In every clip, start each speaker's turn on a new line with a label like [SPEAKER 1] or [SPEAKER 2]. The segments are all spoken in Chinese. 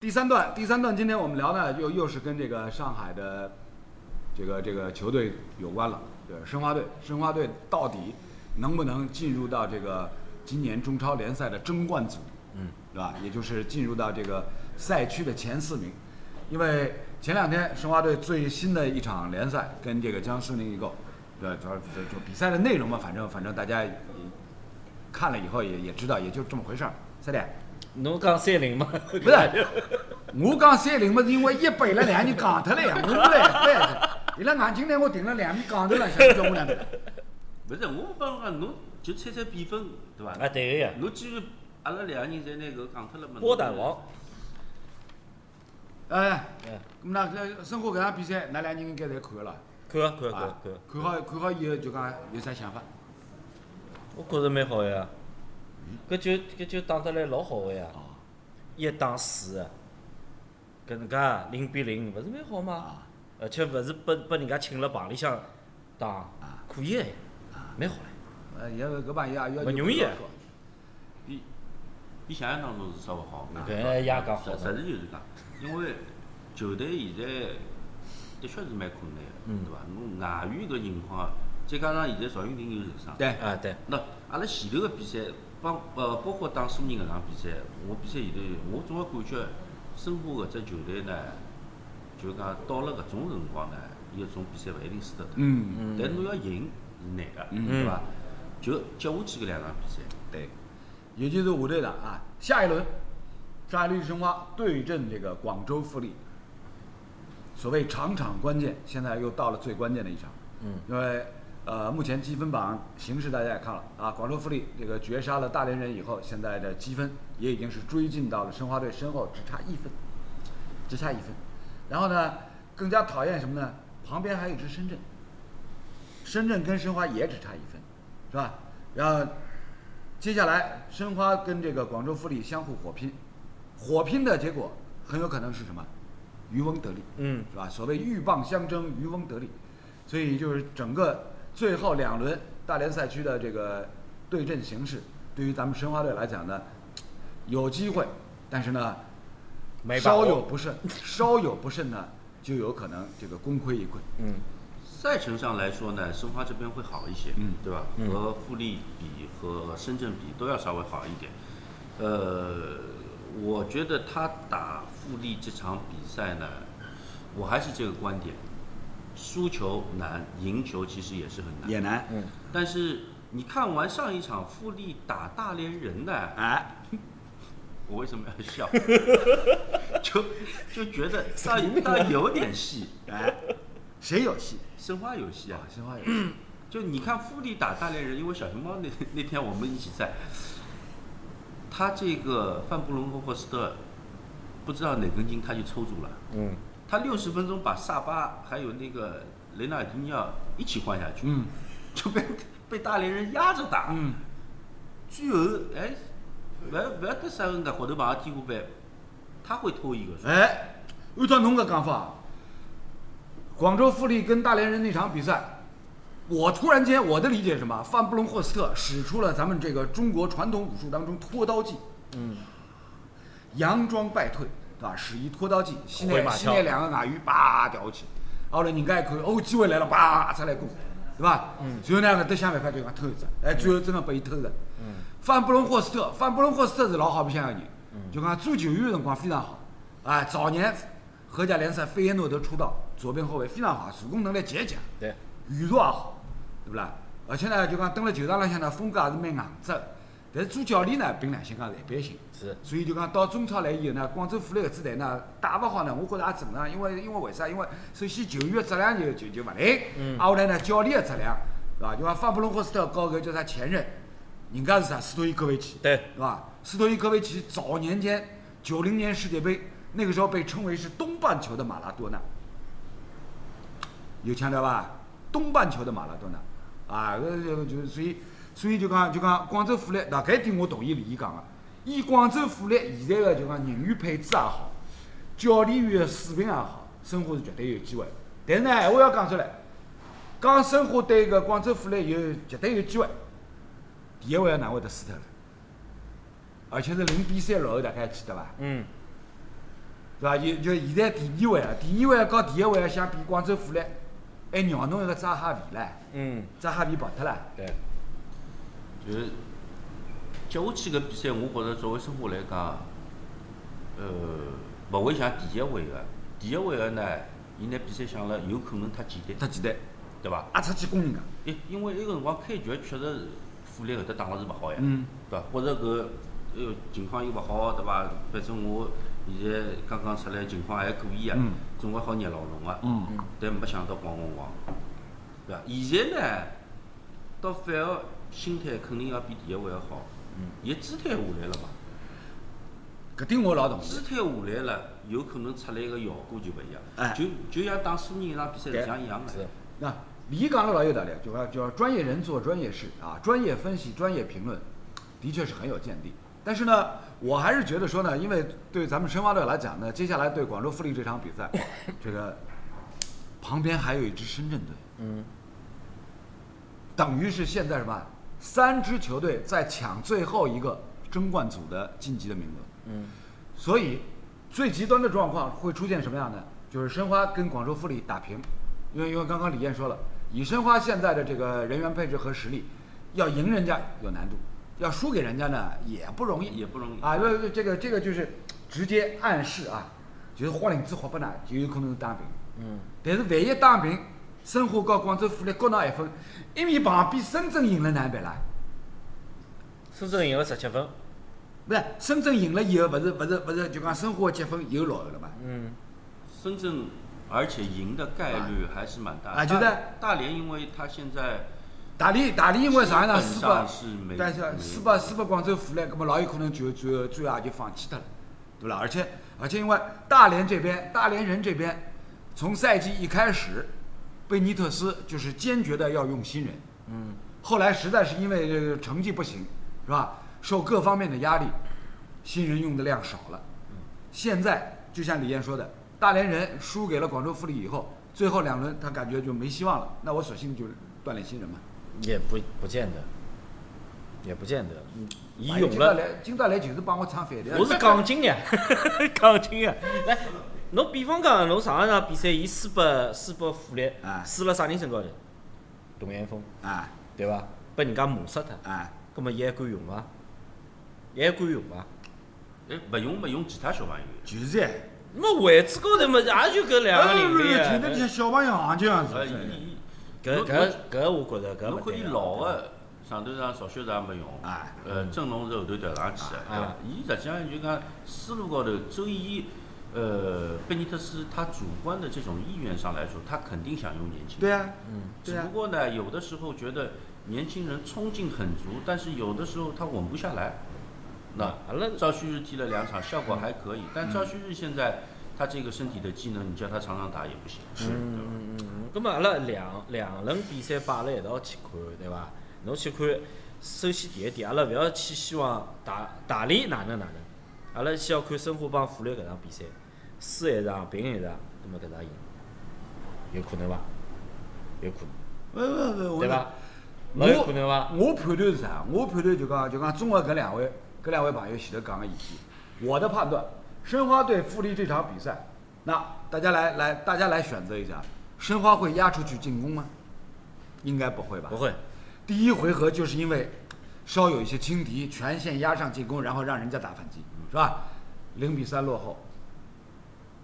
[SPEAKER 1] 第三段，第三段，今天我们聊呢，又又是跟这个上海的这个这个球队有关了，对，申花队，申花队到底能不能进入到这个今年中超联赛的争冠组？
[SPEAKER 2] 嗯，
[SPEAKER 1] 对吧？也就是进入到这个赛区的前四名，因为前两天申花队最新的一场联赛跟这个江苏宁易购，对，主要就就比赛的内容嘛，反正反正大家也看了以后也也知道，也就这么回事儿。三点，
[SPEAKER 2] 侬讲三零嘛？不
[SPEAKER 1] 不是，我讲三零嘛，是因为一背了两人讲脱了呀，我不来翻的。伊拉眼睛呢，我盯了两面讲头了，想叫我两面。
[SPEAKER 3] 勿是，我帮侬讲，侬就猜猜比分，对伐？
[SPEAKER 2] 啊，对个呀，
[SPEAKER 3] 侬既然阿拉两个人侪拿搿讲脱了嘛，
[SPEAKER 2] 波蛋王，
[SPEAKER 1] 哎，
[SPEAKER 2] 嗯，
[SPEAKER 1] 咁那这申花搿场比赛，㑚两人应该侪看了啦。
[SPEAKER 2] 看啊看啊看
[SPEAKER 1] 啊
[SPEAKER 2] 啊看啊，
[SPEAKER 1] 看好看好以后就讲有啥想法？
[SPEAKER 2] 我觉着蛮好个呀，搿球搿球打得来老好个呀，一打四啊，搿能介零比零，勿是蛮好嘛？
[SPEAKER 1] 啊，
[SPEAKER 2] 而且勿是被被人家请了棚里向打
[SPEAKER 1] 啊，
[SPEAKER 2] 可以哎
[SPEAKER 1] 啊，
[SPEAKER 2] 蛮好嘞，
[SPEAKER 1] 呃，也搿帮也要要
[SPEAKER 2] 不容易啊
[SPEAKER 3] 比比想象当中是稍微好。
[SPEAKER 2] 搿也讲好
[SPEAKER 3] 实实事求是讲，因为球队现在的确是蛮困难
[SPEAKER 2] 嗯
[SPEAKER 3] 的，对伐？侬外援搿情况，再加上现在赵云霆又受伤，
[SPEAKER 1] 对，
[SPEAKER 2] 啊对，
[SPEAKER 3] 那阿拉前头个比赛，帮呃包括打苏宁搿场比赛，我比赛前头，我总归感觉申花搿只球队呢，就讲到了搿种辰光呢，伊搿种比赛勿一定输得脱，
[SPEAKER 1] 嗯，
[SPEAKER 2] 嗯
[SPEAKER 3] 但侬要赢是难个，
[SPEAKER 1] 嗯
[SPEAKER 3] 对伐？就接下去搿两场比赛，
[SPEAKER 1] 对，尤其是下头场啊，下一轮，上海绿申花对阵这个广州富力。所谓场场关键，现在又到了最关键的一场，
[SPEAKER 2] 嗯，
[SPEAKER 1] 因为呃，目前积分榜形势大家也看了啊，广州富力这个绝杀了大连人以后，现在的积分也已经是追进到了申花队身后，只差一分，只差一分。然后呢，更加讨厌什么呢？旁边还有一支深圳，深圳跟申花也只差一分，是吧？然后接下来申花跟这个广州富力相互火拼，火拼的结果很有可能是什么？渔翁得利。
[SPEAKER 2] 嗯，
[SPEAKER 1] 是吧？所谓鹬蚌相争，渔翁得利，所以就是整个最后两轮大连赛区的这个对阵形势，对于咱们申花队来讲呢，有机会，但是呢，
[SPEAKER 2] 没把
[SPEAKER 1] 稍有
[SPEAKER 2] 握，
[SPEAKER 1] 不慎，稍有不慎呢，就有可能这个功亏一篑。
[SPEAKER 2] 嗯，
[SPEAKER 3] 赛程上来说呢，申花这边会好一些，
[SPEAKER 1] 嗯
[SPEAKER 3] 对吧？
[SPEAKER 2] 嗯
[SPEAKER 3] 和富力比和深圳比都要稍微好一点。呃，我觉得他打富力这场比赛呢，我还是这个观点，输球难，赢球其实也是很难。
[SPEAKER 1] 也难，
[SPEAKER 2] 嗯，
[SPEAKER 3] 但是你看完上一场富力打大连人呢，
[SPEAKER 1] 哎，
[SPEAKER 3] 我为什么要笑？ 就就觉 得倒
[SPEAKER 1] 啊
[SPEAKER 3] 倒有点戏，
[SPEAKER 1] 哎，谁有戏
[SPEAKER 3] 申花有戏啊
[SPEAKER 1] 啊？。申花有戏，
[SPEAKER 3] 就你看富力打大连人，因为小熊猫那 那天我们一起在，他这个范布伦和霍斯特，不知道哪根筋他就抽住了，
[SPEAKER 2] 嗯，
[SPEAKER 3] 他六十分钟把萨巴还有那个雷纳尔迪尼奥一起换下去，
[SPEAKER 1] 嗯
[SPEAKER 3] 就被被大连人压着打，
[SPEAKER 1] 嗯，
[SPEAKER 3] 最后哎，不要不要得啥个骨头碰上天花板，他会偷一个说，
[SPEAKER 1] 哎，按照侬个讲法，广州富力跟大连人那场比赛，我突然间我的理解是什么？范布伦霍斯特使出了咱们这个中国传统武术当中拖刀技，
[SPEAKER 2] 嗯，
[SPEAKER 1] 佯装败退，对吧？使一拖刀技，西
[SPEAKER 2] 回
[SPEAKER 1] 内
[SPEAKER 2] 马
[SPEAKER 1] 西
[SPEAKER 2] 枪
[SPEAKER 1] 内两个外援叭吊起，后来人家一看，哦，机会来了，叭出来攻，对吧？嗯。最后呢，得想办法就讲偷一只，哎，最后真的被伊偷着。嗯。范布伦霍斯特，范布伦霍斯特是老好白相个人，就讲做球员的辰光非常好，啊，早年荷甲联赛费耶诺德出道，左边后卫非常好，助攻能力极强。
[SPEAKER 2] 对，
[SPEAKER 1] 语速也好，对不啦？而且呢，就讲蹲辣球场浪向呢，风格也是蛮硬质的。但是做教练呢，凭良心讲是一般性。
[SPEAKER 2] 是，
[SPEAKER 1] 所以就讲到中超来以后呢，广州富力搿支队呢打勿好呢，我觉着也正常，因为因为为啥？因为首先球员的质量就就就勿来，
[SPEAKER 2] 嗯
[SPEAKER 1] 啊后来呢教练的质量，对伐？就讲范布伦霍斯特搞搿叫啥前任，人家是啥斯托伊科维奇，
[SPEAKER 2] 对
[SPEAKER 1] 对吧？斯托伊科维奇早年间九零年世界杯那个时候被称为是东半球的马拉多纳，有腔调吧？东半球的马拉多纳，啊，搿就就所以所以就讲就讲广州富力，那搿一点我同意李毅讲个。以广州富力现在个就讲人员配置也好，教练员的水平也好，申花是绝对有机会。但是呢，闲话要讲出来，讲申花对搿广州富力有绝对有机会。第一回合哪会得输脱了？而且是零比三落后大概还记得伐？
[SPEAKER 2] 嗯，
[SPEAKER 1] 是伐？就就现在第二位啊，第一位和第一位啊相比，广州富力还让侬一个扎哈维唻，
[SPEAKER 2] 嗯，
[SPEAKER 1] 扎哈维跑脱了。
[SPEAKER 2] 对，
[SPEAKER 3] 就是接下去搿比赛，我觉着作为申花来讲，呃，勿会像第一回合，第一回合呢，伊拿比赛想了有可能太简单，
[SPEAKER 1] 太简单，
[SPEAKER 3] 对伐？
[SPEAKER 1] 压出去攻人家。
[SPEAKER 3] 因因为埃个辰光开局确实富力后头打了是勿好呀，
[SPEAKER 1] 嗯
[SPEAKER 3] 对伐？或者搿呃情况又勿好，对伐？反正我现在刚刚出来，情况还可以啊
[SPEAKER 1] 嗯，
[SPEAKER 3] 总归好热闹弄啊。
[SPEAKER 1] 嗯
[SPEAKER 3] 但没想到咣咣咣，对伐？现在呢，倒反而心态肯定要比第一回要好，
[SPEAKER 2] 嗯，
[SPEAKER 3] 伊姿态下来了嘛，
[SPEAKER 1] 搿点我老同
[SPEAKER 3] 姿
[SPEAKER 1] 意。
[SPEAKER 3] 态下来了，有可能出来个效果就勿一样，
[SPEAKER 1] 哎
[SPEAKER 3] 就就像打苏宁那场比赛
[SPEAKER 2] 对
[SPEAKER 3] 实际上一样
[SPEAKER 2] 是
[SPEAKER 3] 的，，
[SPEAKER 1] 那李讲了老有道理，就要就要专业人做专业事啊，专业分析、专业评论，的确是很有见地。但是呢，我还是觉得说呢，因为对咱们申花队来讲呢，接下来对广州富力这场比赛，这个旁边还有一支深圳队，
[SPEAKER 2] 嗯，
[SPEAKER 1] 等于是现在什么？三支球队在抢最后一个争冠组的晋级的名额。
[SPEAKER 2] 嗯，
[SPEAKER 1] 所以最极端的状况会出现什么样呢？就是申花跟广州富力打平，因为因为刚刚李艳说了，以申花现在的这个人员配置和实力，要赢人家有难度，要输给人家呢也不容易，
[SPEAKER 3] 也不容易
[SPEAKER 1] 啊。因为这个这个就是直接暗示啊，就是花林子活不难，就有可能打平。
[SPEAKER 2] 嗯，
[SPEAKER 1] 但是万一打平，申花和广州富力各拿一分，因为旁边深圳赢了难办啦。
[SPEAKER 2] 深圳赢了十七分，
[SPEAKER 1] 不是深圳赢了以后，不是不是不是，就讲申花的积分又落后了嘛？
[SPEAKER 2] 嗯，
[SPEAKER 3] 深圳而且赢的概率还是蛮大的。
[SPEAKER 1] 啊就
[SPEAKER 3] 大
[SPEAKER 1] 在
[SPEAKER 3] 大连，因为他现在
[SPEAKER 1] 大连大连因为上一场输
[SPEAKER 3] 基本
[SPEAKER 1] 拨
[SPEAKER 3] 上是没，
[SPEAKER 1] 但是
[SPEAKER 3] 没有
[SPEAKER 1] 输拨输拨广州富力，那么老有可能就最后最后也就放弃掉了，对吧？而且而且因为大连这边大连人这边，从赛季一开始，贝尼特斯就是坚决的要用新人，
[SPEAKER 2] 嗯，
[SPEAKER 1] 后来实在是因为这个成绩不行，是吧？受各方面的压力，新人用的量少了。现在就像李燕说的，大连人输给了广州富力以后，最后两轮他感觉就没希望了，那我索性就锻炼新人嘛。
[SPEAKER 2] 也不不见得，也不见得，嗯，伊
[SPEAKER 1] 哎
[SPEAKER 2] 用
[SPEAKER 1] 金
[SPEAKER 2] 了
[SPEAKER 1] 大。来，金大来就是帮我唱反调。
[SPEAKER 2] 我是杠精呀， 杠精呀！来，侬比方讲，侬上一场比赛，伊输拨输拨富力
[SPEAKER 1] 啊，
[SPEAKER 2] 输了啥人身高头？董岩峰，
[SPEAKER 1] 啊
[SPEAKER 2] 对伐？被人家骂死脱，
[SPEAKER 1] 啊，
[SPEAKER 2] 葛么伊还敢用伐？伊还敢用伐？
[SPEAKER 3] 哎，勿用勿用其他小朋友，
[SPEAKER 1] 就是哎，
[SPEAKER 2] 那位置高头嘛，也就搿两个啊
[SPEAKER 1] 不
[SPEAKER 2] 人
[SPEAKER 1] 是
[SPEAKER 2] 力
[SPEAKER 1] 听哎得
[SPEAKER 2] 呀。
[SPEAKER 1] 像小朋友行就样子
[SPEAKER 2] 哎
[SPEAKER 3] 呃，。
[SPEAKER 1] 是
[SPEAKER 3] 伊
[SPEAKER 2] 搿
[SPEAKER 3] 侬
[SPEAKER 2] 搿搿，我觉着搿
[SPEAKER 3] 侬
[SPEAKER 2] 勿
[SPEAKER 3] 可
[SPEAKER 2] 对啊
[SPEAKER 3] 以
[SPEAKER 2] 呀。
[SPEAKER 3] 老啊个上头上赵学长没用，
[SPEAKER 1] 哎
[SPEAKER 3] 呃，阵容是后头调上去的，对伐
[SPEAKER 2] 啊？
[SPEAKER 3] 伊实际上就讲思路高头，周易，呃，贝尼特斯他主观的这种意愿上来说，他肯定想用年轻人。
[SPEAKER 1] 对啊，
[SPEAKER 2] 嗯，
[SPEAKER 1] 对
[SPEAKER 3] 只
[SPEAKER 1] 啊
[SPEAKER 3] 不，过呢，有的时候觉得年轻人冲劲很足，但是有的时候他稳不下来。那
[SPEAKER 2] 阿拉
[SPEAKER 3] 赵旭日踢了两场，效果还可以，但赵旭日现在他这个身体的技能，你叫他常常打也不行。是
[SPEAKER 2] 嗯嗯嗯，咁么阿拉两两轮比赛摆辣一道去看，对伐？侬去看，首先第一点，阿拉勿要去希望大大连哪能哪能，阿拉先要看申花帮富力搿场比赛，输一场平一场，葛么搿场赢，有可能伐？有可能，
[SPEAKER 1] 不不不，
[SPEAKER 2] 对伐？老
[SPEAKER 1] 我
[SPEAKER 2] 有可能伐？
[SPEAKER 1] 我判断是啥？我判断就讲就讲，综合搿两位搿两位朋友前头讲个意见，我的判断，申花对富力这场比赛，那大家来来大家来选择一下，申花会压出去进攻吗？应该不会吧？
[SPEAKER 2] 不会，
[SPEAKER 1] 第一回合就是因为稍有一些轻敌，全线压上进攻，然后让人家打反击，是吧？零比三落后。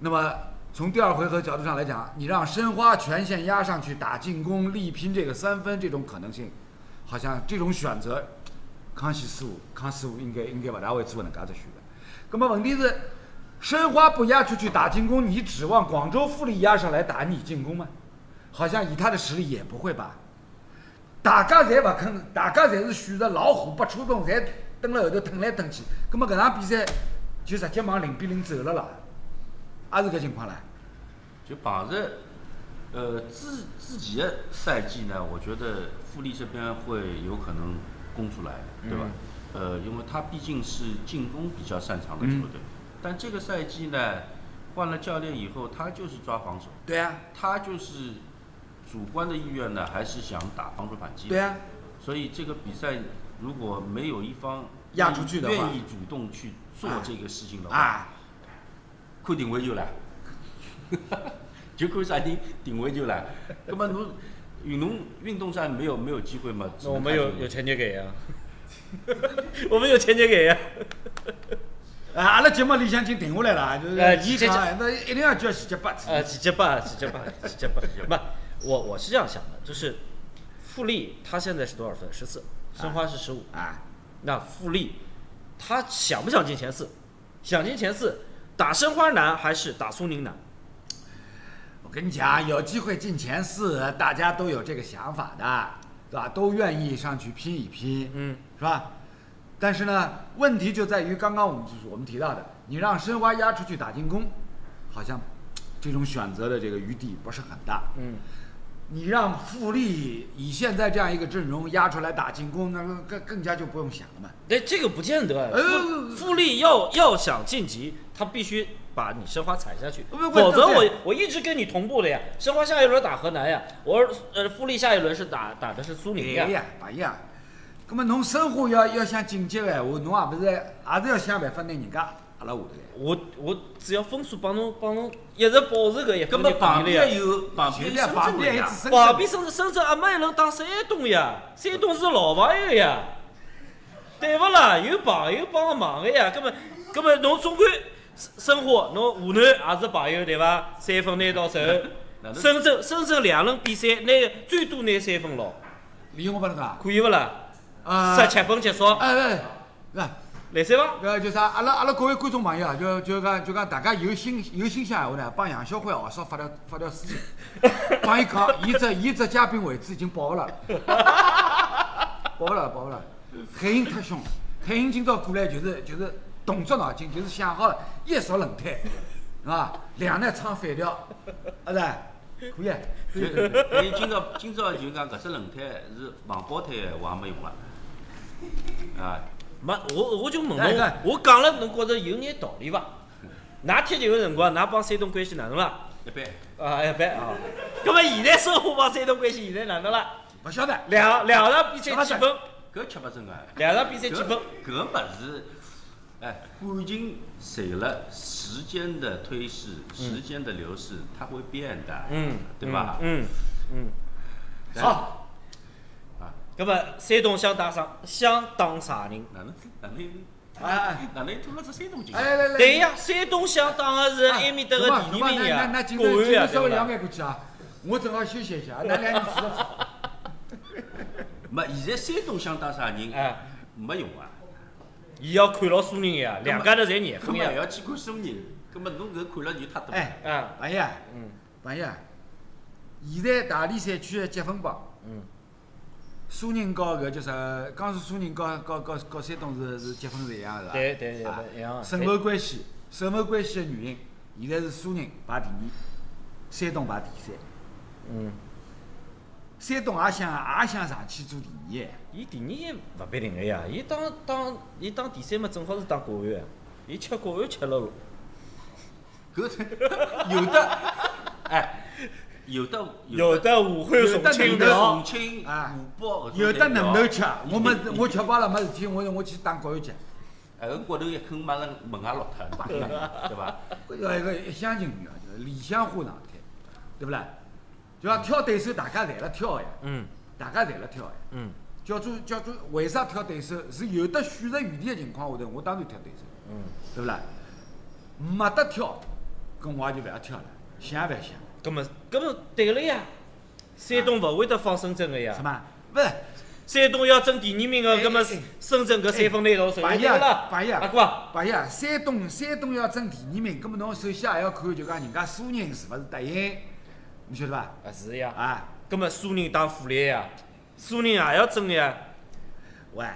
[SPEAKER 1] 那么从第二回合角度上来讲，你让申花全线压上去打进攻，力拼这个三分，这种可能性，好像这种选择，康熙师傅，康师傅应该应该勿大会做能介只选择。那么问题是，申花不压出去打进攻，你指望广州富力压上来打你进攻吗？好像以他的实力也不会吧。大家侪勿肯，大家侪是选择老虎不出动，侪蹲辣后头腾来腾去。葛末搿场比赛就直接往零比零走了啦，也是搿情况啦。
[SPEAKER 3] 就碰着，呃，之之前的赛季呢，我觉得富力这边会有可能攻出来，对吧？
[SPEAKER 1] 嗯
[SPEAKER 3] 呃，因为他毕竟是进攻比较擅长的球队，但这个赛季呢，换了教练以后，他就是抓防守。
[SPEAKER 1] 对啊，
[SPEAKER 3] 他就是主观的意愿呢，还是想打防守反击。
[SPEAKER 1] 对啊，
[SPEAKER 3] 所以这个比赛如果没有一方
[SPEAKER 1] 压出去的话
[SPEAKER 2] 啊
[SPEAKER 3] 愿意主动去做这个事情的话，
[SPEAKER 1] 啊，
[SPEAKER 3] 看定位球啦，就看啥人定位球啦。葛末侬运动运动战没有没有机会嘛？只
[SPEAKER 2] 那我
[SPEAKER 3] 能
[SPEAKER 2] 们
[SPEAKER 3] 看
[SPEAKER 2] 有
[SPEAKER 3] 定位
[SPEAKER 2] 有钱就给啊呀， 我们有钱就给呀。啊
[SPEAKER 1] 哎，阿拉节目里向已经定下来了，就是
[SPEAKER 2] 哎
[SPEAKER 1] 伊
[SPEAKER 2] 这
[SPEAKER 1] 讲那一定要叫洗脚八次。
[SPEAKER 2] 呃，几结巴，几结巴，几结巴， 不，我我是这样想的，就是富力他现在是多少分？十四，申花是十五、
[SPEAKER 1] 啊，
[SPEAKER 2] 那富力他想不想进前四？想进前四，打申花难还是打苏宁难？
[SPEAKER 1] 我跟你讲，有机会进前四，大家都有这个想法的，对吧？都愿意上去拼一拼，
[SPEAKER 2] 嗯，
[SPEAKER 1] 是吧？但是呢，问题就在于刚刚我们就是我们提到的，你让申花压出去打进攻，好像这种选择的这个余地不是很大。
[SPEAKER 2] 嗯，
[SPEAKER 1] 你让富力以现在这样一个阵容压出来打进攻，那更更更加就不用想了嘛。
[SPEAKER 2] 哎，这个不见得。
[SPEAKER 1] 呃
[SPEAKER 2] 富富力要要想晋级，他必须把你申花踩下去，
[SPEAKER 1] 不不
[SPEAKER 2] 否则
[SPEAKER 1] 对
[SPEAKER 2] 我我一直跟你同步的呀。申花下一轮打河南呀，我呃富力下一轮是打打的是苏宁呀
[SPEAKER 1] 哎。呀，哎呀，那么侬申花要要想晋级的闲话，侬也不是也是要想办法拿人家压拉下头来。
[SPEAKER 2] 我我只要分数帮侬帮侬一直保持搿一
[SPEAKER 3] 葛
[SPEAKER 2] 分
[SPEAKER 3] 末
[SPEAKER 2] 就
[SPEAKER 3] 旁
[SPEAKER 2] 可以了
[SPEAKER 3] 边
[SPEAKER 2] 呀。
[SPEAKER 3] 有旁边
[SPEAKER 1] 现
[SPEAKER 3] 有
[SPEAKER 1] 在
[SPEAKER 3] 深
[SPEAKER 1] 旁
[SPEAKER 3] 圳
[SPEAKER 1] 边
[SPEAKER 3] 队
[SPEAKER 1] 一
[SPEAKER 3] 呀
[SPEAKER 1] 直，深
[SPEAKER 2] 旁
[SPEAKER 1] 圳，
[SPEAKER 2] 边深圳深圳阿妈一轮打山东呀，山东是老朋友呀，对勿啦？有朋友帮忙的呀，葛末葛末侬总归生生活侬湖南也是朋友对伐？三分拿到 手
[SPEAKER 3] 哪，能
[SPEAKER 2] 深圳深圳两轮比赛拿最多拿三分咯，
[SPEAKER 1] 李勇，我帮侬讲，
[SPEAKER 2] 可以勿啦？
[SPEAKER 1] 啊，
[SPEAKER 2] 十七分结束，
[SPEAKER 1] 哎哎，那
[SPEAKER 2] 来三伐？
[SPEAKER 1] 呃，就啥，阿拉阿拉各位观众朋友啊，就就讲就讲，大家有心有心想闲话呢，帮杨小辉号少发条发条私信，帮伊讲，伊只伊只嘉宾位置已经保不了，保不了，保不了，海英太凶了，海英今朝过来就是就是动足脑筋，就是想好了，一勺冷胎，啊，两呢唱反调，啊是，可以啊，可以可以，
[SPEAKER 3] 哎，今朝今朝就讲搿只轮胎是防爆胎的，我也没用啊。啊，
[SPEAKER 2] 没，我我就问
[SPEAKER 1] 哎
[SPEAKER 2] 侬
[SPEAKER 1] 哎，
[SPEAKER 2] 我讲了，侬觉着有眼道理伐？㑚踢球个辰光，㑚帮山东关系哪能啦？
[SPEAKER 3] 一般。
[SPEAKER 2] 啊，哎别 啊！葛么现在申花帮山东关系现在哪能啦？
[SPEAKER 1] 不晓得，
[SPEAKER 2] 两两场比赛
[SPEAKER 1] 啥
[SPEAKER 2] 几
[SPEAKER 1] 事
[SPEAKER 2] 分？
[SPEAKER 3] 搿吃勿准个，
[SPEAKER 2] 两场比赛
[SPEAKER 3] 搿
[SPEAKER 2] 几分？
[SPEAKER 3] 搿物事，哎，感情随了时间的推逝，时间的流逝，它会变的，
[SPEAKER 2] 嗯，
[SPEAKER 3] 对吧？
[SPEAKER 2] 嗯嗯。
[SPEAKER 3] 来
[SPEAKER 2] 好。
[SPEAKER 3] 啊，
[SPEAKER 2] 葛么山东想打啥？想打啥人？
[SPEAKER 3] 哪能哪能
[SPEAKER 1] 哎
[SPEAKER 3] 哪能拖了只山东进
[SPEAKER 1] 哎来
[SPEAKER 3] 来？
[SPEAKER 1] 来来，
[SPEAKER 2] 对呀，山东想打个是埃面搭个
[SPEAKER 1] 啊
[SPEAKER 2] 第二名
[SPEAKER 1] 那那
[SPEAKER 2] 呀
[SPEAKER 1] 那，今
[SPEAKER 2] 国
[SPEAKER 1] 天
[SPEAKER 2] 安
[SPEAKER 1] 今
[SPEAKER 2] 呀，
[SPEAKER 1] 天稍微
[SPEAKER 2] 对不
[SPEAKER 1] 聊
[SPEAKER 2] 啦？
[SPEAKER 1] 眼过去啊，我正好休息一下，那两个人去了。
[SPEAKER 3] 没，现在山东想当啥人，
[SPEAKER 2] 哎，
[SPEAKER 3] 没用啊。
[SPEAKER 2] 伊要看牢苏宁呀，两家头侪廿
[SPEAKER 3] 搿
[SPEAKER 2] 分
[SPEAKER 3] 么也
[SPEAKER 2] 呀。
[SPEAKER 3] 要去看苏宁，搿么侬搿看了就太多了。
[SPEAKER 1] 哎，
[SPEAKER 2] 啊，
[SPEAKER 1] 朋友，
[SPEAKER 2] 嗯
[SPEAKER 1] 朋友，现在大连山区的积分榜，
[SPEAKER 2] 嗯，
[SPEAKER 1] 苏宁和搿叫啥？江苏苏宁和和和和山东是是积分是一样的是吧？
[SPEAKER 2] 对对对
[SPEAKER 1] 啊
[SPEAKER 2] 一样的
[SPEAKER 1] 胜负关系，胜负关系的原因，现在是苏宁排第二，山东排第三。
[SPEAKER 2] 嗯，
[SPEAKER 1] 山东也想也想上去做第一的，
[SPEAKER 2] 伊第二也勿必定个呀，伊打打伊打第三嘛，正好是打国安呀，伊吃国安吃了路。
[SPEAKER 3] 搿有的，哎，有的
[SPEAKER 2] 有
[SPEAKER 3] 的
[SPEAKER 2] 的武汉
[SPEAKER 1] 有的
[SPEAKER 2] 重
[SPEAKER 3] 有
[SPEAKER 2] 庆
[SPEAKER 1] 能
[SPEAKER 3] 的
[SPEAKER 1] 头
[SPEAKER 2] 的，
[SPEAKER 3] 重庆、
[SPEAKER 1] 啊
[SPEAKER 3] 湖北，
[SPEAKER 1] 有的能头吃，我
[SPEAKER 3] 们
[SPEAKER 1] 们我吃饱了没事体，我我去打国安去。
[SPEAKER 3] 哎，搿骨头一啃，马上门也落脱了，对伐？
[SPEAKER 1] 要一个一厢情愿啊，就是理想化状态，对不啦？就要挑对手，大家侪辣挑的呀，
[SPEAKER 2] 嗯
[SPEAKER 1] 大家侪辣挑的呀。
[SPEAKER 2] 嗯
[SPEAKER 1] 叫做叫做，为啥挑对手？是有得选择余地的情况下头，我当然挑对手，
[SPEAKER 2] 嗯，
[SPEAKER 1] 对不啦？没得挑，搿我也就勿要挑了，想也勿要想。
[SPEAKER 2] 葛么葛么啊对了呀，山东勿会得放深圳个呀
[SPEAKER 1] 什，么？勿是，
[SPEAKER 2] 山东要争第二名啊个，
[SPEAKER 1] 哎
[SPEAKER 2] 葛么
[SPEAKER 1] 哎哎
[SPEAKER 2] 深圳搿三分拿到手，
[SPEAKER 1] 朋
[SPEAKER 2] 对
[SPEAKER 1] 友
[SPEAKER 2] 勿啦
[SPEAKER 1] 啊，？朋友
[SPEAKER 2] 阿
[SPEAKER 1] 啊，
[SPEAKER 2] 哥啊，
[SPEAKER 1] 朋友啊，山东山东要争第二名，葛末侬首先也要看，就讲人家苏宁是勿是答应，你晓得伐？
[SPEAKER 2] 啊是呀，
[SPEAKER 1] 啊，
[SPEAKER 2] 葛么苏宁打富力呀，苏宁也要争个呀，
[SPEAKER 1] 喂，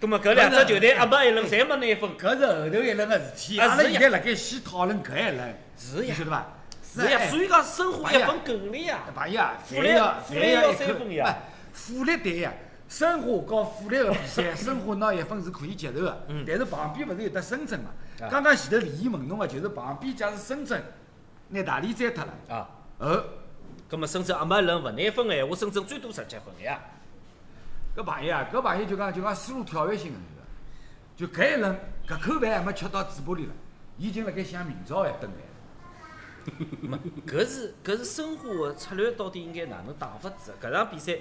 [SPEAKER 2] 葛么搿两
[SPEAKER 1] 不
[SPEAKER 2] 只
[SPEAKER 1] 是
[SPEAKER 2] 球队阿爸一轮侪没拿分，
[SPEAKER 1] 搿是后头一轮个事体，
[SPEAKER 2] 啊
[SPEAKER 1] 阿拉现
[SPEAKER 2] 是呀
[SPEAKER 1] 在辣盖先讨论搿一轮，
[SPEAKER 2] 是
[SPEAKER 1] 你
[SPEAKER 2] 呀
[SPEAKER 1] 晓得伐？哎
[SPEAKER 2] 是呀，所以讲申花一分够了呀，
[SPEAKER 1] 朋友啊，
[SPEAKER 2] 富力富力要三分呀
[SPEAKER 1] 哎富力对呀，申花和富力个比赛，申花拿一分是可以接受个
[SPEAKER 2] 嗯，
[SPEAKER 1] 但是旁边勿是有得深圳嘛
[SPEAKER 2] 啊？
[SPEAKER 1] 刚刚前头李毅问侬个，就是旁边假使深圳拿大连摘脱了，
[SPEAKER 2] 啊，
[SPEAKER 1] 哦，
[SPEAKER 2] 葛么深圳阿妈一轮勿拿分个闲话，深圳最多十七分个呀，
[SPEAKER 1] 搿朋友啊，搿朋友就讲就讲思路跳跃性个，就搿一轮搿口饭还没吃到嘴巴里了，伊已经辣盖想明朝一顿饭了，
[SPEAKER 2] 没搿是搿是申花个策略到底应该哪能打法子？搿场比赛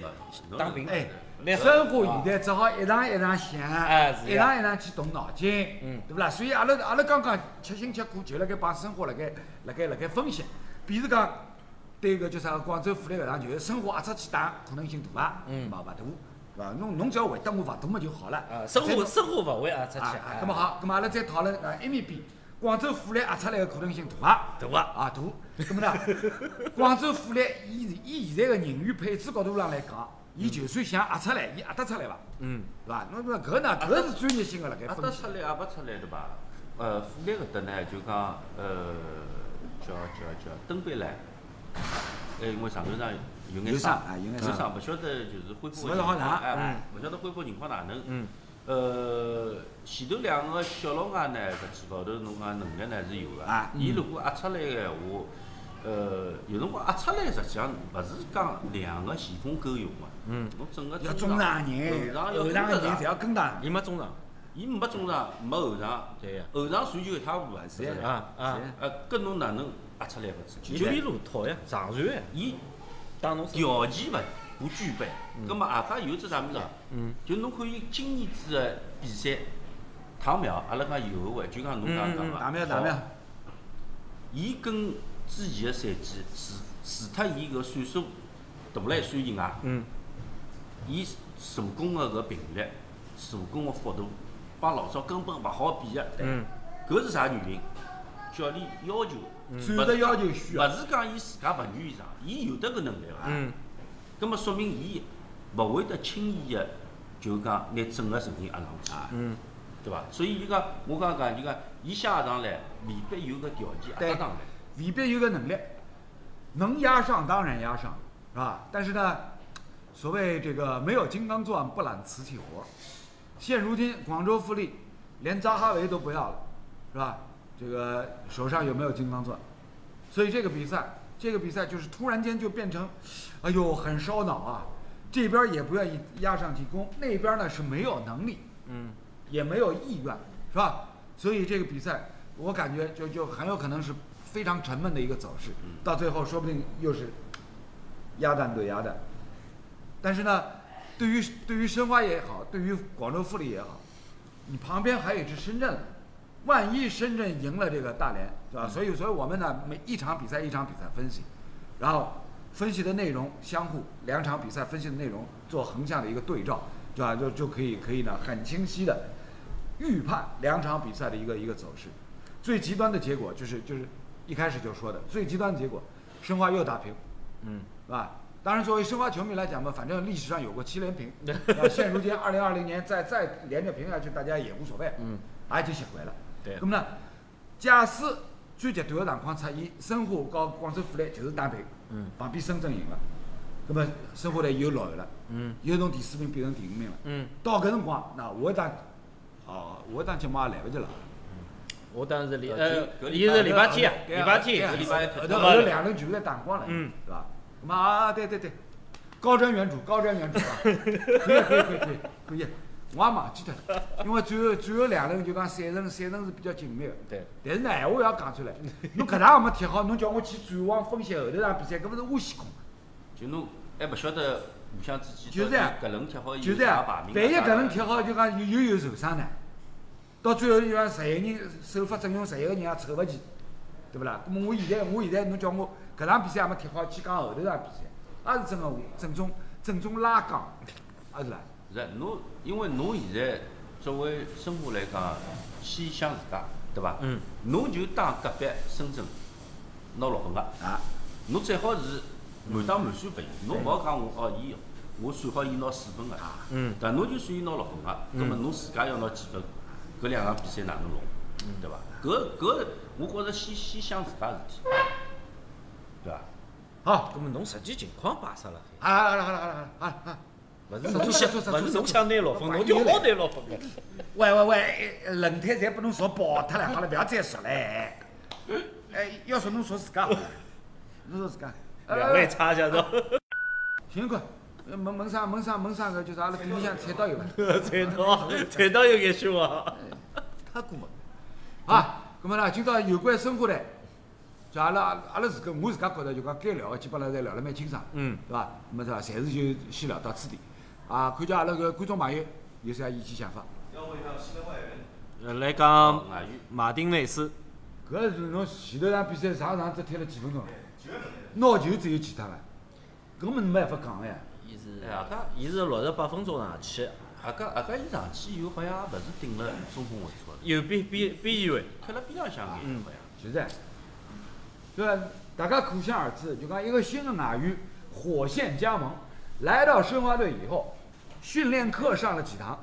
[SPEAKER 3] 那
[SPEAKER 2] 打平，
[SPEAKER 1] 哎
[SPEAKER 2] 来好
[SPEAKER 1] 申花现在只好一场一场
[SPEAKER 2] 哎
[SPEAKER 1] 想，
[SPEAKER 2] 是
[SPEAKER 1] 一
[SPEAKER 2] 呀
[SPEAKER 1] 场一场去动脑筋，
[SPEAKER 2] 嗯
[SPEAKER 1] 对不啦？所以阿拉阿拉刚刚吃辛吃苦，就辣盖帮申花辣盖辣盖辣盖分析，比如讲对搿叫啥广州富力搿场球，申花压出去打可能性大伐？
[SPEAKER 2] 嗯
[SPEAKER 1] 嘛勿大，对伐？侬侬只要回答我勿懂么就好了。
[SPEAKER 2] 啊，申
[SPEAKER 1] 再
[SPEAKER 2] 花申花勿会啊出去
[SPEAKER 1] 啊啊，咁么好，咁么阿拉再讨论啊，一面边广州富力压出来个可能性大
[SPEAKER 2] 大
[SPEAKER 1] 伐？
[SPEAKER 2] 伐
[SPEAKER 1] 啊大，咁么呢？广州富力以以现在个人员配置角度上来讲，伊就算想压出来，伊压得出来伐？
[SPEAKER 2] 嗯，
[SPEAKER 1] 对伐？侬说搿呢，搿是专业性个辣盖
[SPEAKER 3] 阿
[SPEAKER 1] 分
[SPEAKER 3] 得
[SPEAKER 1] 析
[SPEAKER 3] 出。来也勿出来对伐？呃，富力搿搭呢，就讲呃，叫叫叫登贝莱，哎，因为上头上有眼
[SPEAKER 1] 有伤
[SPEAKER 3] 伤
[SPEAKER 1] 啊，有眼伤
[SPEAKER 3] 伤，勿晓得就是恢
[SPEAKER 1] 是勿
[SPEAKER 3] 复
[SPEAKER 1] 是
[SPEAKER 3] 个情
[SPEAKER 1] 好
[SPEAKER 3] 况，
[SPEAKER 1] 拿
[SPEAKER 3] 哎，勿晓得恢复情况哪能。
[SPEAKER 2] 嗯。
[SPEAKER 3] 呃，前头两个小老外呢，搿几高头侬讲能力呢是有个
[SPEAKER 1] 啊，
[SPEAKER 3] 伊如果压出来个闲话，呃，有辰光压出来实际上勿是讲两个前锋够用个，
[SPEAKER 2] 嗯，
[SPEAKER 3] 侬整个
[SPEAKER 1] 要中场人，
[SPEAKER 3] 后场要
[SPEAKER 1] 后场
[SPEAKER 3] 跟
[SPEAKER 1] 个
[SPEAKER 3] 得
[SPEAKER 1] 人
[SPEAKER 3] 上
[SPEAKER 1] 侪要跟上。
[SPEAKER 2] 伊没中场，
[SPEAKER 3] 伊没中场，没后场，
[SPEAKER 2] 对呀
[SPEAKER 3] 后场传球一塌糊涂啊！
[SPEAKER 1] 是呀
[SPEAKER 2] 啊啊
[SPEAKER 1] 是呀，
[SPEAKER 3] 呃，搿侬哪能压出来勿子？
[SPEAKER 2] 就一路套呀，上传呀，
[SPEAKER 3] 伊
[SPEAKER 2] 打侬身
[SPEAKER 3] 条件勿不具备，葛末阿家有只啥物事啊？
[SPEAKER 2] 嗯，
[SPEAKER 3] 就侬看伊今年子个比赛，唐淼，阿拉讲右后卫，就讲侬讲讲
[SPEAKER 2] 嗯嗯嗯
[SPEAKER 3] 嘛，
[SPEAKER 1] 打咩打咩
[SPEAKER 3] 好？伊跟之前个赛季，除除脱伊搿岁数大了一岁以外，
[SPEAKER 2] 嗯，
[SPEAKER 3] 啊伊助攻个搿频率、助攻个幅度，帮老早根本勿好比个。
[SPEAKER 2] 嗯
[SPEAKER 3] 搿是啥原因？教练要求，
[SPEAKER 1] 战术要求需要
[SPEAKER 3] 勿是讲伊自家勿愿意上，伊有得搿能力伐？
[SPEAKER 2] 嗯，
[SPEAKER 3] 葛末说明伊勿会得轻易个就讲拿整个成绩压上去，
[SPEAKER 2] 嗯
[SPEAKER 3] 对伐？所以伊讲，我刚刚讲，伊讲，伊下上来未必有搿条件
[SPEAKER 1] 对
[SPEAKER 3] 压得上来。
[SPEAKER 1] 未必有个能力，能压上当然压上，是吧？但是呢，所谓这个没有金刚钻不揽瓷器活。现如今广州富力连扎哈维都不要了，是吧？这个手上有没有金刚钻？所以这个比赛，这个比赛就是突然间就变成，哎呦，很烧脑啊！这边儿也不愿意压上进攻，那边儿呢是没有能力，
[SPEAKER 2] 嗯，
[SPEAKER 1] 也没有意愿，是吧？所以这个比赛，我感觉就就很有可能是非常沉闷的一个走势，到最后说不定又是鸭蛋对鸭蛋。但是呢，对于对于申花也好，对于广州富力也好，你旁边还有一支深圳，万一深圳赢了这个大连，是吧？所以所以我们呢，每一场比赛一场比赛分析，然后分析的内容相互两场比赛分析的内容做横向的一个对照，对吧？就就可以可以呢很清晰的预判两场比赛的一个一个走势。最极端的结果就是就是一开始就说的最极端的结果，申花又打平，
[SPEAKER 2] 嗯，
[SPEAKER 1] 是吧？当然，作为申花球迷来讲嘛，反正历史上有过七连 平，啊，现如今二零二零年再再连着平下去，大家也无所谓，啊
[SPEAKER 2] 嗯，
[SPEAKER 1] 也就习惯了。
[SPEAKER 2] 对
[SPEAKER 1] 那么呢，假使最极端的状况出现，申花和广州富力就是打平，
[SPEAKER 2] 嗯，
[SPEAKER 1] 旁边深圳赢了，那么申花队又落后了，
[SPEAKER 2] 嗯，
[SPEAKER 1] 又从第四名变成第五名了。
[SPEAKER 2] 嗯，
[SPEAKER 1] 到搿辰光，那我一档，哦，我一档节目也来不及了。
[SPEAKER 2] 我当时礼
[SPEAKER 3] 搿
[SPEAKER 2] 呃
[SPEAKER 3] 搿，礼
[SPEAKER 2] 伊
[SPEAKER 3] 拜
[SPEAKER 2] 是礼拜天啊，
[SPEAKER 1] 对
[SPEAKER 2] 礼
[SPEAKER 1] 啊
[SPEAKER 2] 拜
[SPEAKER 1] 对
[SPEAKER 2] 天，
[SPEAKER 1] 啊
[SPEAKER 2] 礼拜
[SPEAKER 1] 后
[SPEAKER 2] 天，
[SPEAKER 1] 头后头两轮全部侪打光了，
[SPEAKER 2] 嗯，
[SPEAKER 1] 对伐？那么啊，对对对，高瞻远瞩，高瞻远瞩啊，可以可以可以可以可以，我也忘记脱了，因为最后最后两轮就讲赛程赛程是比较紧密个。
[SPEAKER 2] 对，
[SPEAKER 1] 但是呢，闲话也要讲出来，侬搿场也没踢好，侬叫我去展望分析后头场比赛，搿勿是乌西空吗？
[SPEAKER 3] 就侬还勿晓得互相之间
[SPEAKER 1] 就是
[SPEAKER 3] 到底
[SPEAKER 1] 呀
[SPEAKER 3] 搿轮踢好
[SPEAKER 1] 就
[SPEAKER 3] 有
[SPEAKER 1] 是
[SPEAKER 3] 啥
[SPEAKER 1] 啊
[SPEAKER 3] 排，名啊
[SPEAKER 1] 万一
[SPEAKER 3] 啥
[SPEAKER 1] 搿能
[SPEAKER 3] 的
[SPEAKER 1] 踢好，就讲又又有受伤呢，到最后就讲十一个人首发阵容十一个人也凑勿齐，对勿啦？咁么我现在我现在侬叫我搿场比赛也没踢好，去讲后头场比赛，也是真个正宗正宗拉杠，也是啦。
[SPEAKER 3] 是啊侬，因为侬现在作为生活来讲，先想自家，对伐？
[SPEAKER 2] 嗯。
[SPEAKER 3] 侬就当隔壁深圳拿六分个，
[SPEAKER 1] 啊，
[SPEAKER 3] 侬最好是满打满算拨伊，侬勿好讲我哦，伊我算好伊拿四分个，
[SPEAKER 2] 嗯
[SPEAKER 3] 但侬就算伊拿六分个，葛末侬自家要拿几分？搿两场比赛哪能弄？
[SPEAKER 2] 嗯
[SPEAKER 3] 对伐？搿搿，我觉着先先想自家事体，对伐？
[SPEAKER 1] 好，
[SPEAKER 2] 那么侬实际情况摆啥了？
[SPEAKER 1] 好了好了好了好了好了好了。
[SPEAKER 2] 勿是
[SPEAKER 1] 是
[SPEAKER 2] 侬
[SPEAKER 1] 侬
[SPEAKER 2] 想，
[SPEAKER 1] 想
[SPEAKER 2] 勿
[SPEAKER 1] 勿
[SPEAKER 2] 是
[SPEAKER 1] 是侬
[SPEAKER 2] 侬想
[SPEAKER 1] 想
[SPEAKER 2] 拿
[SPEAKER 1] 拿
[SPEAKER 2] 六
[SPEAKER 1] 六
[SPEAKER 2] 分，
[SPEAKER 1] 分
[SPEAKER 2] 侬
[SPEAKER 1] 侬
[SPEAKER 2] 就
[SPEAKER 1] 就
[SPEAKER 2] 好
[SPEAKER 1] 好
[SPEAKER 2] 拿六分个。
[SPEAKER 1] 喂喂喂，哎轮胎侪拨侬烧爆脱了，好了，勿要再说了。哎，哎要说侬说自家好了，侬说自家。
[SPEAKER 2] 两位差一下 子，
[SPEAKER 1] 行快，呃门门上门上门上个就是阿拉店里向菜刀有伐？
[SPEAKER 2] 菜刀 菜刀有眼凶啊！
[SPEAKER 1] 太过分了。啊，咁么呢，今朝有关生活呢，就阿拉阿阿拉自个，我自家觉得就讲该聊的，基本上侪聊了蛮清爽，
[SPEAKER 2] 嗯
[SPEAKER 1] 对伐？那么对伐？暂时就先聊到此地。啊，看见阿拉个观众朋友有啥意见想法？
[SPEAKER 2] 呃，来讲
[SPEAKER 3] 外援
[SPEAKER 2] 马丁内斯，
[SPEAKER 1] 搿是侬前头场比赛上上只踢了几分钟了，拿球只有几趟了，搿么没办法讲呀。
[SPEAKER 2] 伊是
[SPEAKER 3] 哎，阿加
[SPEAKER 2] 伊是六十八分钟上去，
[SPEAKER 3] 阿加阿加，伊上去以后好像也勿是顶了中锋位置高头，
[SPEAKER 2] 右边边边翼位，
[SPEAKER 3] 踢了边浪向眼
[SPEAKER 2] 嗯
[SPEAKER 3] 好像。
[SPEAKER 1] 就是啊，对吧？大家可想而知，就讲一个新的外援火线加盟，来到申花队以后，训练课上了几堂，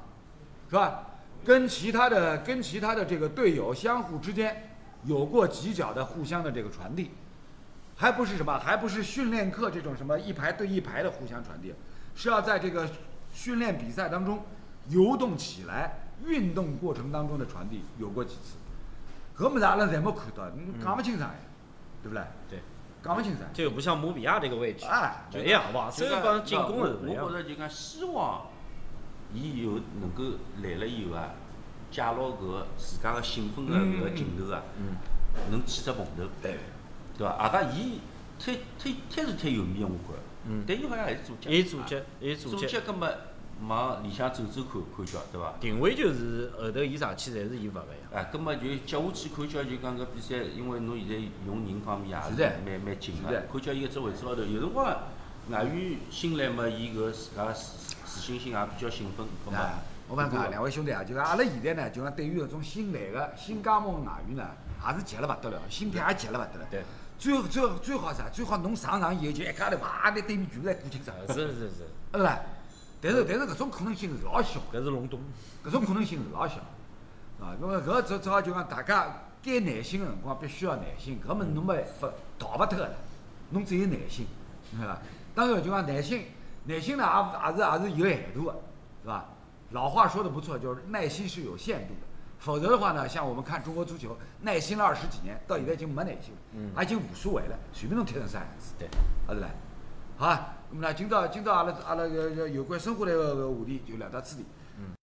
[SPEAKER 1] 是吧？跟其他的跟其他的这个队友相互之间有过几脚的互相的这个传递，还不是什么，还不是训练课这种什么一排对一排的互相传递，是要在这个训练比赛当中游动起来，运动过程当中的传递有过几次。搿物事阿拉侪没看到，你讲勿清啊爽呀，对勿啦？
[SPEAKER 2] 对，
[SPEAKER 1] 讲勿清爽。
[SPEAKER 2] 这个不像姆比亚这个位置，
[SPEAKER 1] 哎，
[SPEAKER 2] 就一样吧，所
[SPEAKER 3] 就
[SPEAKER 2] 以
[SPEAKER 3] 讲
[SPEAKER 2] 讲进攻是
[SPEAKER 3] 我
[SPEAKER 2] 不
[SPEAKER 3] 我
[SPEAKER 2] 一样
[SPEAKER 3] 觉
[SPEAKER 2] 的。
[SPEAKER 3] 着就讲希望伊有能够来了以后啊，借牢搿个自家个兴奋个
[SPEAKER 2] 嗯
[SPEAKER 3] 搿个劲头啊，能起只碰头，对伐？阿加伊推推推是推右面个，我觉着，
[SPEAKER 2] 嗯
[SPEAKER 3] 但伊好像还是左脚，
[SPEAKER 2] 伊左脚，伊左
[SPEAKER 3] 左
[SPEAKER 2] 脚。
[SPEAKER 3] 脚搿么往里向走走看看叫，对伐？
[SPEAKER 2] 定位就是后头伊上去侪是伊发个呀。
[SPEAKER 3] 啊，葛末就接下去看叫就讲搿比赛，因为侬现在用人方面也
[SPEAKER 1] 是
[SPEAKER 3] 是
[SPEAKER 1] 的
[SPEAKER 3] 蛮蛮紧
[SPEAKER 1] 是
[SPEAKER 3] 个
[SPEAKER 1] 的，
[SPEAKER 3] 看叫伊搿只位置高头，有辰光外援新来嘛，伊搿自家自自信心也比较兴奋，葛末
[SPEAKER 1] 啊，我讲
[SPEAKER 3] 如
[SPEAKER 1] 讲
[SPEAKER 3] 果
[SPEAKER 1] 两位兄弟啊，就讲阿拉现在呢，就讲对于搿种新来个新加盟的外援呢，也是急了勿得了，心态也急了勿得了。
[SPEAKER 2] 对，
[SPEAKER 1] 最最最好啥？最好侬上场以后就一家头哇，拿对面全部来过 清爽，
[SPEAKER 2] 是是是，
[SPEAKER 1] 是啦。但是但是搿种可能性是老小，
[SPEAKER 2] 搿是隆东。
[SPEAKER 1] 搿种可能性是老小，啊，因为搿只只好就讲大家该耐心个辰光必须要耐心，搿么侬没办法逃勿脱个啦，侬只有耐心，是伐？当然就讲耐心，耐心呢也也是也是有限度个，是伐？老话说得不错，就是耐心是有限度的，否则的话呢，像我们看中国足球，耐心了二十几年，到现在已经没耐心了，
[SPEAKER 2] 嗯
[SPEAKER 1] 也已经无所谓了，随便侬踢成啥样子。
[SPEAKER 2] 对，
[SPEAKER 1] 好的嘞，好啊，那么呢，今朝今朝阿拉阿拉呃呃有关生活类个个话题就聊到此地。